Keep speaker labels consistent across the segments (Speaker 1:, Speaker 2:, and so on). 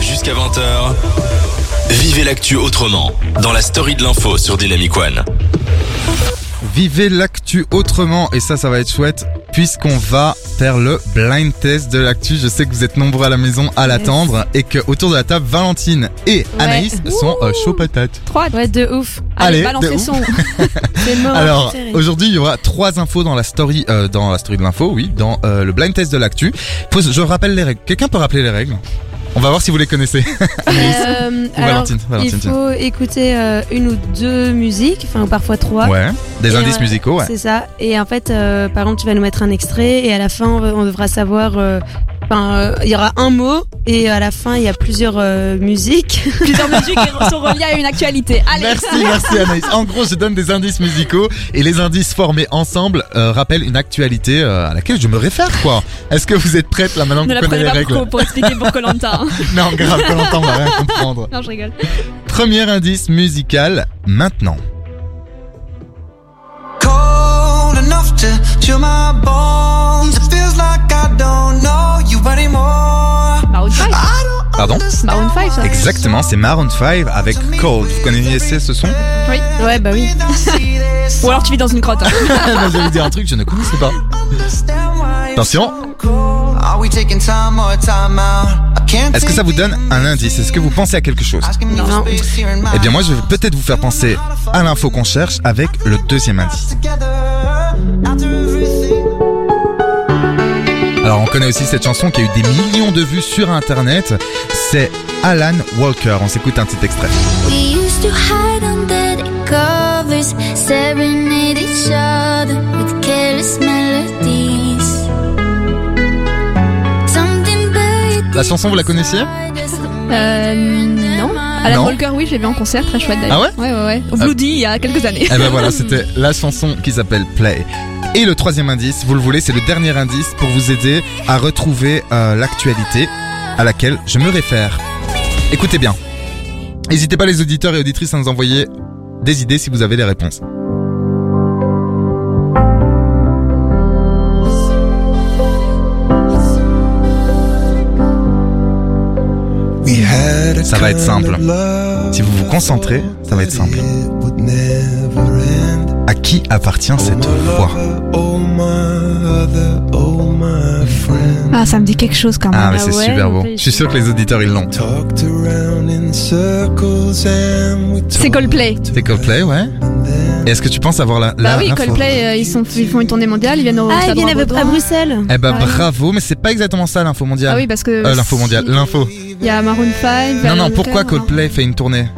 Speaker 1: jusqu'à 20h. Vivez l'actu autrement dans la story de l'info sur Dynamic One.
Speaker 2: Vivez l'actu autrement et ça ça va être chouette puisqu'on va faire le blind test de l'actu. Je sais que vous êtes nombreux à la maison à l'attendre et que autour de la table Valentine et Anaïs sont euh, chaud patates.
Speaker 3: Trois.
Speaker 4: Ouais, de ouf.
Speaker 2: Allez,
Speaker 4: Allez, balancez
Speaker 2: de ouf.
Speaker 4: son. C'est mort.
Speaker 2: Alors aujourd'hui il y aura trois infos dans la story euh, dans la story de l'info, oui, dans euh, le blind test de l'actu. Faut- Je rappelle les règles. Quelqu'un peut rappeler les règles On va voir si vous les connaissez.
Speaker 4: Euh, alors,
Speaker 2: Valentine, Valentine,
Speaker 4: il faut écouter euh, une ou deux musiques, enfin ou parfois trois.
Speaker 2: Ouais. Des
Speaker 4: Et,
Speaker 2: indices
Speaker 4: euh,
Speaker 2: musicaux. Ouais.
Speaker 4: C'est ça. Et en fait, euh, par exemple, tu vas nous mettre un extrait et à la fin, on, on devra savoir. euh, Enfin, euh, il y aura un mot et à la fin, il y a plusieurs euh, musiques.
Speaker 3: Plusieurs mesures qui sont reliées à une actualité. Allez.
Speaker 2: Merci, merci Anaïs. En gros, je donne des indices musicaux et les indices formés ensemble euh, rappellent une actualité euh, à laquelle je me réfère quoi. Est-ce que vous êtes prête là maintenant que
Speaker 3: Ne
Speaker 2: vous
Speaker 3: la
Speaker 2: connaissez
Speaker 3: prenez
Speaker 2: les
Speaker 3: pas
Speaker 2: règles
Speaker 3: pour, pour expliquer pour Colanta.
Speaker 4: hein.
Speaker 2: Non, grave, pas longtemps, on va rien comprendre.
Speaker 3: Non, je rigole.
Speaker 2: Premier indice musical maintenant.
Speaker 5: Cold enough to chill my bones. It feels like I don't know you anymore.
Speaker 4: Bah,
Speaker 3: Maroon 5.
Speaker 2: Ah. Pardon
Speaker 3: Maroon 5, ça.
Speaker 2: Exactement, c'est Maroon 5 avec Cold. Vous connaissez ce son
Speaker 3: Oui.
Speaker 4: Ouais, bah oui.
Speaker 3: Ou alors tu vis dans une crotte. hein.
Speaker 2: Bah, Je vais vous dire un truc, je ne connaissais pas. Attention,
Speaker 5: Are we taking time or time out? I can't
Speaker 2: est-ce que ça vous donne un indice Est-ce que vous pensez à quelque chose
Speaker 5: asking no
Speaker 4: Non.
Speaker 5: space here in my
Speaker 2: Eh bien, moi, je vais peut-être vous faire penser à l'info qu'on cherche avec le deuxième indice.
Speaker 5: together. After everything.
Speaker 2: Alors on connaît aussi cette chanson qui a eu des millions de vues sur internet, c'est Alan Walker, on s'écoute un petit extrait.
Speaker 6: We used to hide under the covers, staring at each other with careless melodies. Something buried
Speaker 2: La chanson vous la connaissiez
Speaker 6: inside us.
Speaker 3: Euh, non. Alan
Speaker 2: Non.
Speaker 3: Walker, oui, je l'ai vu en concert, très chouette d'ailleurs.
Speaker 2: Ah
Speaker 3: ouais Ouais, ouais, ouais. Au Bloody, il y a quelques années.
Speaker 2: Eh ben voilà, c'était la chanson qui s'appelle Play. Et le troisième indice, vous le voulez, c'est le dernier indice pour vous aider à retrouver euh, l'actualité à laquelle je me réfère. Écoutez bien. N'hésitez pas les auditeurs et auditrices à nous envoyer des idées si vous avez les réponses. Ça va être simple. Si vous vous concentrez, ça va être simple. À qui appartient cette voix
Speaker 3: Ah, ça me dit quelque chose quand
Speaker 2: Ah,
Speaker 3: même.
Speaker 2: mais c'est
Speaker 4: ouais,
Speaker 2: super beau.
Speaker 4: mais
Speaker 2: Je suis sûr que les auditeurs ils l'ont.
Speaker 3: C'est Coldplay.
Speaker 2: C'est Coldplay, ouais. Et Est-ce que tu penses avoir la, la
Speaker 3: bah oui,
Speaker 2: l'info
Speaker 3: Coldplay, euh, ils, sont, ils font une tournée mondiale, ils viennent au
Speaker 4: Ah, ils
Speaker 3: Stade
Speaker 4: viennent à,
Speaker 3: Roi-Baudouin.
Speaker 4: à Bruxelles.
Speaker 2: Eh ben
Speaker 3: Ah oui.
Speaker 2: bravo, mais c'est pas exactement ça l'info mondiale.
Speaker 3: Ah oui, Bah parce que.
Speaker 2: Euh, l'info mondiale, l'info.
Speaker 3: Il y a Maroon 5.
Speaker 2: Non,
Speaker 3: Alan
Speaker 2: non,
Speaker 3: Walker,
Speaker 2: pourquoi Coldplay fait une tournée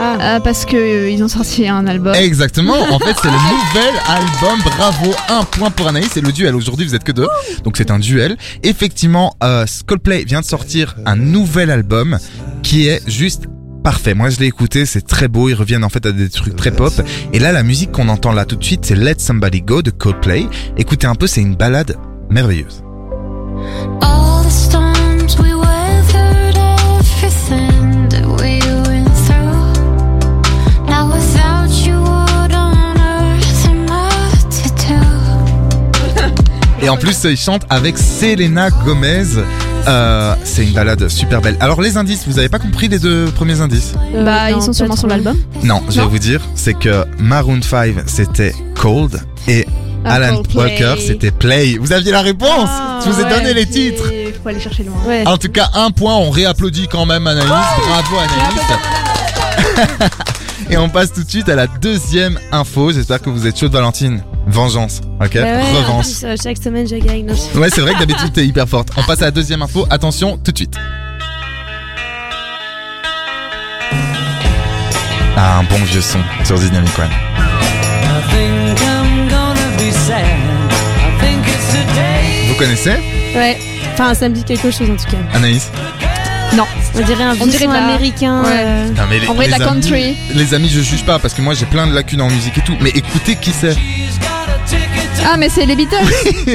Speaker 3: Ah, parce que euh, ils ont sorti un album.
Speaker 2: Exactement, en fait c'est le nouvel album, bravo, un point pour Anaïs, c'est le duel, aujourd'hui vous êtes que deux, donc c'est un duel. Effectivement, euh, Coldplay vient de sortir un nouvel album qui est juste parfait, moi je l'ai écouté, c'est très beau, ils reviennent en fait à des trucs très pop, et là la musique qu'on entend là tout de suite c'est Let Somebody Go de Coldplay, écoutez un peu, c'est une balade merveilleuse.
Speaker 6: All the storms we weathered, everything that we went through. Now without you, what on earth am I to do?
Speaker 2: Et en plus, il chante avec Selena Gomez. Euh, c'est une balade super belle. Alors les indices, vous avez pas compris les deux premiers indices
Speaker 4: Euh,
Speaker 3: Bah,
Speaker 4: non,
Speaker 3: ils sont
Speaker 4: pas
Speaker 3: sûrement
Speaker 4: trop.
Speaker 3: sur l'album.
Speaker 2: Non, je vais
Speaker 3: Non.
Speaker 2: vous dire, c'est que Maroon 5 c'était Cold et
Speaker 3: Ah,
Speaker 2: Alan
Speaker 3: Coldplay.
Speaker 2: Walker c'était Play. Vous aviez la réponse. je vous ai
Speaker 3: Ouais,
Speaker 2: donné les
Speaker 3: ok,
Speaker 2: titres.
Speaker 3: Faut aller chercher loin.
Speaker 4: Ouais.
Speaker 2: En tout cas, un point. On réapplaudit quand même Anaïs. Bravo Anaïs. et on passe tout de suite à la deuxième info. J'espère que vous êtes chaude Valentine. Vengeance, ok
Speaker 4: Bah ouais, en
Speaker 2: Revanche.
Speaker 4: plus, euh, chaque semaine, je gagne. Non,
Speaker 2: Ouais, c'est vrai que d'habitude t'es hyper forte. On passe à la deuxième info. Attention, tout de suite. Ah, un bon vieux son sur Dynamic One. Vous connaissez
Speaker 4: Ouais. Enfin, ça me dit quelque chose en tout cas.
Speaker 2: Anaïs
Speaker 4: On dirait un
Speaker 3: On
Speaker 4: vieux
Speaker 3: dirait
Speaker 4: son
Speaker 3: de la-
Speaker 4: américain.
Speaker 3: Ouais.
Speaker 4: euh,
Speaker 2: Non, mais les,
Speaker 3: En vrai, de la
Speaker 2: amis,
Speaker 3: country.
Speaker 2: Les amis, je juge pas parce que moi j'ai plein de lacunes en musique et tout. Mais écoutez qui c'est
Speaker 3: Ah, mais c'est les Beatles.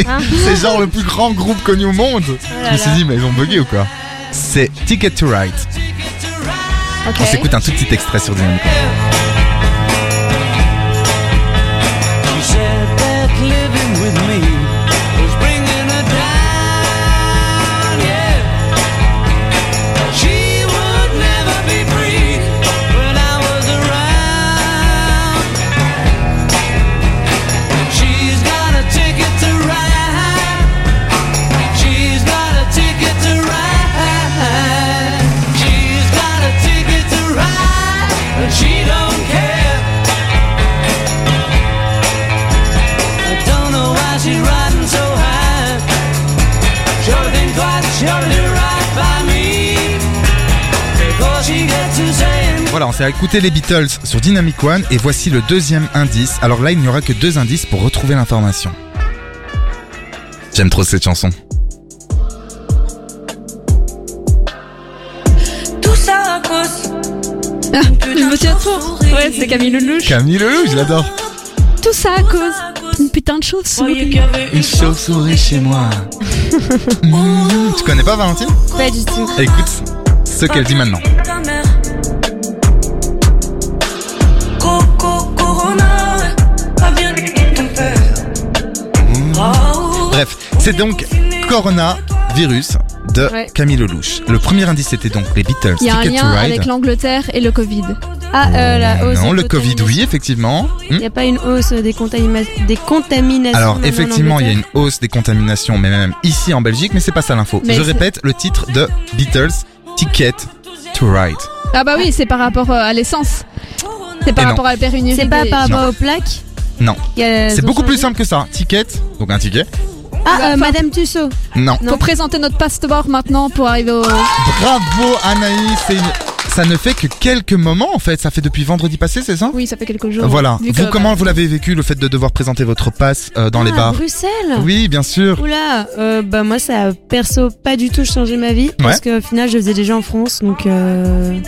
Speaker 3: Ah.
Speaker 2: C'est genre le plus grand groupe connu au monde.
Speaker 3: Oh
Speaker 2: Je me suis dit, mais ils ont bugué ou quoi C'est Ticket to Ride. On s'écoute un tout petit extrait sur Dynamic One.
Speaker 7: You said that living with me was bringing her down, yeah. She was
Speaker 2: voilà, on s'est écouté les Beatles sur Dynamic One et voici le deuxième indice. Alors là, il n'y aura que deux indices pour retrouver l'information. J'aime trop cette chanson.
Speaker 8: Tout ça à cause.
Speaker 3: Une putain de chose. Ouais, c'est Camille Lelouch.
Speaker 2: Camille Lelouch, je l'adore.
Speaker 3: Tout ça à cause d'une putain de chauve-souris.
Speaker 7: Une chauve-souris chez moi.
Speaker 2: Tu connais pas Valentine
Speaker 4: Pas du tout.
Speaker 2: Écoute ce qu'elle dit maintenant.
Speaker 8: Coco, Corona, pas bien écouté ton père.
Speaker 2: Mmh.
Speaker 8: Raoul,
Speaker 2: Bref, c'est donc Coronavirus de
Speaker 4: Ouais.
Speaker 2: Camille Lelouch. Le premier indice c'était donc les Beatles,
Speaker 3: Il y a un
Speaker 2: Ticket to
Speaker 3: lien
Speaker 2: Ride.
Speaker 3: avec l'Angleterre et le Covid.
Speaker 4: Ah, euh, la hausse.
Speaker 2: non,
Speaker 4: des
Speaker 2: le Covid,
Speaker 4: contaminations.
Speaker 2: oui, effectivement. Hmm.
Speaker 4: Il n'y a pas une hausse des, contamina- des contaminations.
Speaker 2: Alors
Speaker 4: maintenant en
Speaker 2: effectivement, il y a
Speaker 4: Angleterre
Speaker 2: une hausse des contaminations, mais même ici en Belgique, mais c'est pas ça l'info.
Speaker 3: Mais
Speaker 2: Je
Speaker 3: c'est-
Speaker 2: répète le titre de Beatles, Ticket to Ride.
Speaker 3: Ah bah oui, c'est par rapport euh, à l'essence. C'est
Speaker 2: Et
Speaker 3: par
Speaker 2: non.
Speaker 3: rapport à la périnurie.
Speaker 4: C'est pas
Speaker 3: des-
Speaker 4: par rapport aux plaques
Speaker 2: Non,
Speaker 4: Il y a-
Speaker 2: c'est
Speaker 4: ils ont
Speaker 2: beaucoup plus
Speaker 4: changé.
Speaker 2: simple que ça. Ticket, donc un ticket.
Speaker 4: Ah, euh, Madame Tussaud.
Speaker 2: Non.
Speaker 4: Non.
Speaker 3: Faut présenter notre passeport maintenant pour arriver au.
Speaker 2: Bravo Anaïs, c'est une- ça ne fait que quelques moments en fait. Ça fait depuis vendredi passé, c'est ça
Speaker 3: Oui, ça fait quelques jours.
Speaker 2: Voilà.
Speaker 3: Vu que-
Speaker 2: Vous comment vous l'avez vécu le fait de devoir présenter votre passe euh, dans les
Speaker 4: Ah,
Speaker 2: bars
Speaker 4: Bruxelles
Speaker 2: Oui, bien sûr.
Speaker 4: Oula, euh, bah moi ça a perso pas du tout changé ma vie parce qu'au final je le faisais déjà en France donc euh,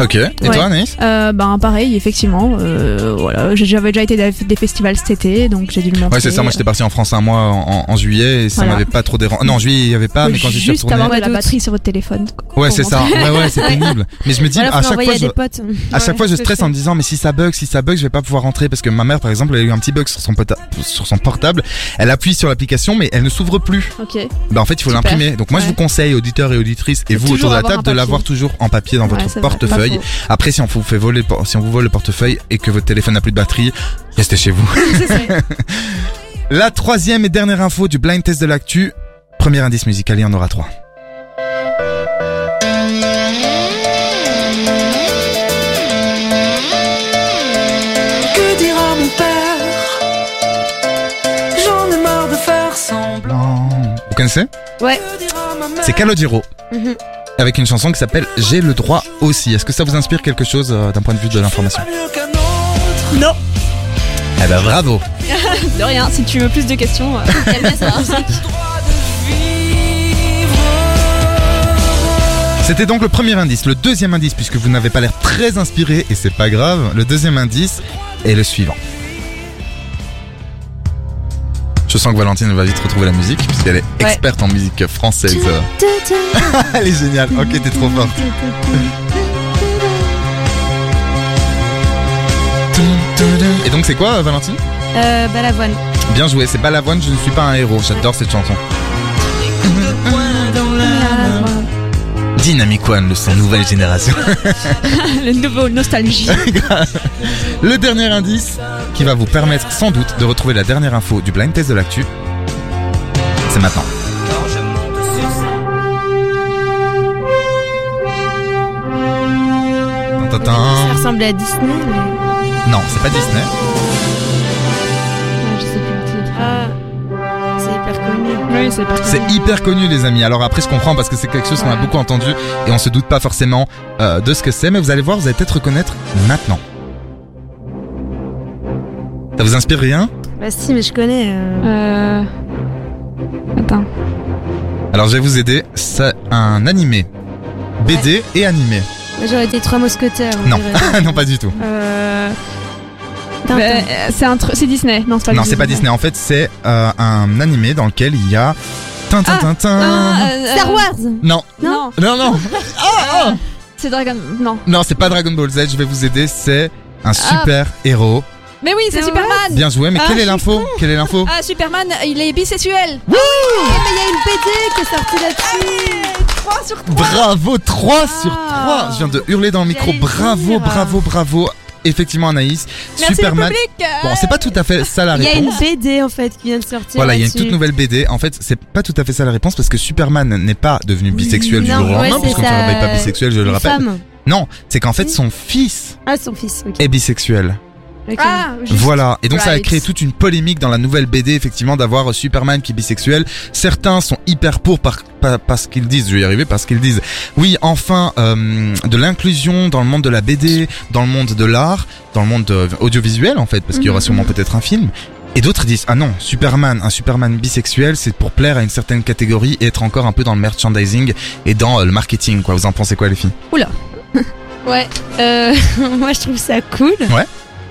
Speaker 2: Ok. Et
Speaker 3: Ouais.
Speaker 2: toi Anaïs
Speaker 3: Euh, ben pareil, effectivement. euh, voilà, j'ai- j'avais déjà été à des festivals cet été, donc j'ai dû le montrer.
Speaker 2: Ouais, c'est ça. Moi, j'étais parti en France un mois en, en- en juillet et ça
Speaker 3: Voilà.
Speaker 2: m'avait pas trop dérangé. Non, en juillet, il y avait pas, mais quand j'y suis
Speaker 3: juste
Speaker 2: retourné.
Speaker 3: avoir de la
Speaker 4: Ouais,
Speaker 3: batterie sur votre téléphone. quoi,
Speaker 2: Ouais,
Speaker 3: pour
Speaker 2: c'est ça.
Speaker 3: rentrer.
Speaker 2: Ouais, ouais, c'est pénible. Mais je me dis,
Speaker 4: voilà,
Speaker 2: à
Speaker 4: faut
Speaker 2: chaque
Speaker 4: l'envoyer
Speaker 2: fois,
Speaker 4: à
Speaker 2: je,
Speaker 4: des potes.
Speaker 2: à chaque
Speaker 4: Ouais,
Speaker 2: fois, je
Speaker 4: c'est
Speaker 2: stresse
Speaker 4: ça.
Speaker 2: en me disant, mais si ça bug, si ça bug, je vais pas pouvoir rentrer parce que ma mère, par exemple, elle a eu un petit bug sur son, pota- sur son portable. Elle appuie sur l'application, mais elle ne s'ouvre plus.
Speaker 3: Ok.
Speaker 2: Bah, en fait, il faut
Speaker 3: Super.
Speaker 2: l'imprimer. Donc, moi, je
Speaker 3: Ouais.
Speaker 2: vous conseille, auditeurs et auditrices, et
Speaker 3: De
Speaker 2: vous autour
Speaker 3: toujours
Speaker 2: de la
Speaker 3: avoir
Speaker 2: table,
Speaker 3: un
Speaker 2: de
Speaker 3: papier.
Speaker 2: l'avoir toujours en papier dans
Speaker 3: Ouais,
Speaker 2: votre
Speaker 3: c'est vrai,
Speaker 2: portefeuille.
Speaker 3: pas
Speaker 2: Après, si on vous fait voler, si on vous vole le portefeuille et que votre téléphone n'a plus de batterie, restez chez vous. La troisième et dernière info du blind test de l'actu. Premier indice musical, il y en aura trois.
Speaker 8: que dira mon père J'en ai marre de faire semblant.
Speaker 2: Vous connaissez
Speaker 8: Que dira ma mère
Speaker 2: C'est Calogero.
Speaker 4: Mhm.
Speaker 2: Avec une chanson qui s'appelle J'ai le droit aussi. Est-ce que ça vous inspire quelque chose euh, d'un point de vue de l'information
Speaker 8: Mieux qu'un autre.
Speaker 2: Eh ben bravo
Speaker 3: faux. De rien, si tu veux plus de questions, euh, t'aimes bien ça.
Speaker 8: Droit de vivre.
Speaker 2: C'était donc le premier indice. Le deuxième indice, puisque vous n'avez pas l'air très inspiré, et c'est pas grave, le deuxième indice est le suivant. Je sens que Valentine va vite retrouver la musique, puisqu'elle est
Speaker 4: Ouais.
Speaker 2: experte en musique française. Elle est géniale, ok t'es trop fort. Et donc c'est quoi euh, Valentine
Speaker 4: Euh, Balavoine.
Speaker 2: Bien joué, c'est Balavoine, je ne suis pas un héros, j'adore cette chanson. Dynamic One, le son nouvelle génération.
Speaker 3: Le nouveau nostalgie.
Speaker 2: Le dernier indice qui va vous permettre sans doute de retrouver la dernière info du blind test de l'actu, c'est maintenant.
Speaker 4: Ça
Speaker 2: Tintin.
Speaker 4: ressemblait à Disney mais
Speaker 2: Non, c'est pas Disney.
Speaker 3: je sais plus le titre.
Speaker 4: ah, c'est hyper connu.
Speaker 3: Oui, c'est parti.
Speaker 2: C'est hyper connu les amis. Alors après je comprends parce que c'est quelque chose qu'on a beaucoup entendu et on se doute pas forcément euh, de ce que c'est, mais vous allez voir, vous allez peut-être reconnaître maintenant. Ça vous inspire rien
Speaker 4: Bah si mais je connais. euh.
Speaker 3: Euh. Attends.
Speaker 2: Alors je vais vous aider, c'est un animé. BD et animé.
Speaker 4: Moi, J'aurais été trois mousquetaires. on
Speaker 2: Non.
Speaker 4: dirait.
Speaker 2: non pas du tout.
Speaker 3: Euh.
Speaker 4: Tintin.
Speaker 3: bah, euh, c'est un truc. C'est Disney. Non, c'est pas
Speaker 2: non c'est pas Disney, en fait c'est euh, un animé dans lequel il y a... Tintin,
Speaker 3: Ah,
Speaker 2: Tintin.
Speaker 3: Ah, euh,
Speaker 4: Star
Speaker 3: euh,
Speaker 4: Wars.
Speaker 2: Non,
Speaker 3: Non,
Speaker 2: non, non,
Speaker 3: c'est Dragon. Non.
Speaker 2: non, c'est pas Dragon Ball Z, je vais vous aider, c'est un super héros.
Speaker 3: Mais oui, c'est
Speaker 4: Ah ouais.
Speaker 3: Superman
Speaker 2: Bien joué, mais
Speaker 3: Ah,
Speaker 2: quelle
Speaker 3: je
Speaker 2: est
Speaker 3: suis
Speaker 2: l'info Quelle est l'info
Speaker 3: Ah, Superman, il est bisexuel
Speaker 4: Eh, mais il y a une BD qui est sortie là-dessus.
Speaker 3: 3 sur 3
Speaker 2: Bravo, 3 sur 3
Speaker 4: Ah.
Speaker 2: Je viens de hurler dans le micro,
Speaker 4: J'allais le
Speaker 2: bravo,
Speaker 4: dire.
Speaker 2: bravo, bravo Effectivement Anaïs,
Speaker 3: Merci
Speaker 2: Superman...
Speaker 3: le public
Speaker 2: Bon, c'est pas tout à fait ça la
Speaker 4: Il y a une
Speaker 2: réponse.
Speaker 4: BD en fait qui vient de sortir.
Speaker 2: Ah, Voilà, il y a une
Speaker 4: là-dessus.
Speaker 2: toute nouvelle BD. En fait, c'est pas tout à fait ça la réponse parce que Superman n'est pas devenu bisexuel du
Speaker 4: Non,
Speaker 2: jour au
Speaker 4: ouais,
Speaker 2: lendemain,
Speaker 4: c'est
Speaker 2: puisqu'on ne se
Speaker 4: ça.
Speaker 2: réveille pas bisexuel, je le
Speaker 4: Une
Speaker 2: rappelle.
Speaker 4: Femme.
Speaker 2: Non, c'est qu'en fait son fils
Speaker 4: Ah son fils. ok.
Speaker 2: est bisexuel.
Speaker 3: Ok. Ah, juste-
Speaker 2: Voilà, et donc ça a
Speaker 3: Right.
Speaker 2: créé toute une polémique dans la nouvelle BD, effectivement, d'avoir euh, Superman qui est bisexuel. Certains sont hyper pour par- par- parce qu'ils disent, je vais y arriver, parce qu'ils disent, oui, enfin, euh, de l'inclusion dans le monde de la BD, dans le monde de l'art, dans le monde euh, audiovisuel, en fait, parce qu'il
Speaker 3: Mm-hmm.
Speaker 2: y aura sûrement peut-être un film. Et d'autres disent, ah non, Superman, un Superman bisexuel, c'est pour plaire à une certaine catégorie et être encore un peu dans le merchandising et dans euh, le marketing, quoi. Vous en pensez quoi, les filles
Speaker 4: Ouais, euh, moi je trouve ça cool.
Speaker 2: Ouais.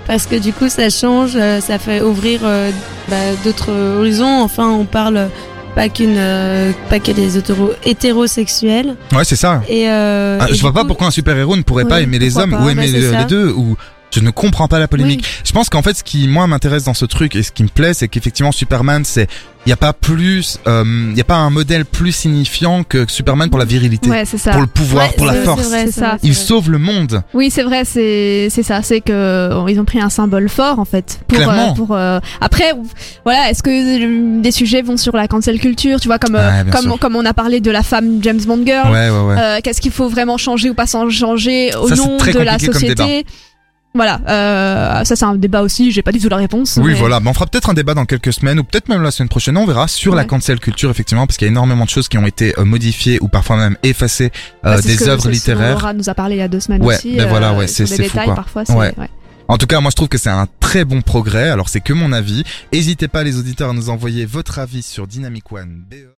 Speaker 4: Parce que du coup, ça change, euh, ça fait ouvrir euh, bah, d'autres horizons. Enfin, on parle pas qu'une, euh, pas que des hétéro- hétérosexuels.
Speaker 2: Ouais, c'est ça.
Speaker 4: Et, euh,
Speaker 2: Ah,
Speaker 4: et
Speaker 2: je
Speaker 4: du
Speaker 2: vois pas
Speaker 4: coup-
Speaker 2: pourquoi un super-héros ne pourrait pas
Speaker 4: Ouais,
Speaker 2: aimer les
Speaker 4: pourquoi
Speaker 2: hommes
Speaker 4: pas,
Speaker 2: ou aimer
Speaker 4: bah, c'est
Speaker 2: les,
Speaker 4: ça.
Speaker 2: les deux ou je ne comprends pas la polémique. Je pense qu'en fait ce qui moi m'intéresse dans ce truc et ce qui me plaît c'est qu'effectivement Superman c'est il y a pas plus euh, il y a pas un modèle plus signifiant que Superman pour la virilité,
Speaker 3: Ouais, c'est ça.
Speaker 2: pour le pouvoir,
Speaker 3: Ouais,
Speaker 2: pour la
Speaker 4: c'est-
Speaker 2: force.
Speaker 4: C'est vrai,
Speaker 3: C'est
Speaker 4: c'est
Speaker 3: ça.
Speaker 4: vrai, c'est
Speaker 2: Il
Speaker 4: vrai.
Speaker 2: sauve le monde.
Speaker 3: Oui, c'est vrai, c'est c'est ça, c'est que oh, ils ont pris un symbole fort en fait. Pour,
Speaker 2: Clairement.
Speaker 3: pour euh, après, voilà, est-ce que euh, des sujets vont sur la cancel culture, tu vois, comme euh,
Speaker 2: Ouais, bien
Speaker 3: comme
Speaker 2: sûr.
Speaker 3: comme on a parlé de la femme James Bond
Speaker 4: Oh.
Speaker 3: girl.
Speaker 2: Ouais ouais ouais.
Speaker 3: Euh, Qu'est-ce qu'il faut vraiment changer ou pas sans changer au
Speaker 2: Ça, c'est
Speaker 3: nom
Speaker 2: très
Speaker 3: de la
Speaker 2: compliqué comme
Speaker 3: société Voilà, euh, ça c'est un débat aussi. J'ai pas du tout la réponse.
Speaker 2: oui
Speaker 3: mais-
Speaker 2: voilà, mais on fera peut-être un débat dans quelques semaines ou peut-être même la semaine prochaine, on verra sur la
Speaker 3: Ouais.
Speaker 2: cancel culture effectivement parce qu'il y a énormément de choses qui ont été euh, modifiées ou parfois même effacées euh,
Speaker 3: Bah, c'est ce
Speaker 2: des
Speaker 3: que-
Speaker 2: œuvres
Speaker 3: c'est ce dont
Speaker 2: littéraires.
Speaker 3: Laura nous a parlé il y a deux semaines
Speaker 2: Ouais,
Speaker 3: aussi. euh,
Speaker 2: ben voilà, ouais,
Speaker 3: sur
Speaker 2: c'est- c'est
Speaker 3: des
Speaker 2: fou,
Speaker 3: détails
Speaker 2: quoi.
Speaker 3: parfois. c'est-
Speaker 2: Ouais. En tout cas, moi je trouve que c'est un très bon progrès. Alors c'est que mon avis. N'hésitez pas les auditeurs à nous envoyer votre avis sur Dynamic One. E. BE.